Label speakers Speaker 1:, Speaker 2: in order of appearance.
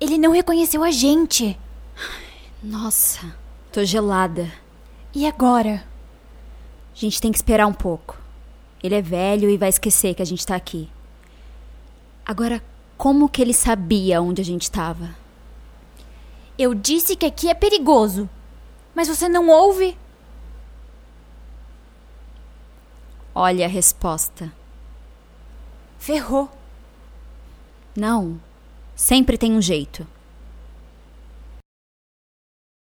Speaker 1: Ele não reconheceu a gente.
Speaker 2: Nossa, tô gelada.
Speaker 1: E agora?
Speaker 2: A gente tem que esperar um pouco. Ele é velho e vai esquecer que a gente tá aqui. Agora, como que ele sabia onde a gente tava?
Speaker 1: Eu disse que aqui é perigoso. Mas você não ouve?
Speaker 2: Olha a resposta.
Speaker 1: Ferrou.
Speaker 2: Não. Sempre tem um jeito.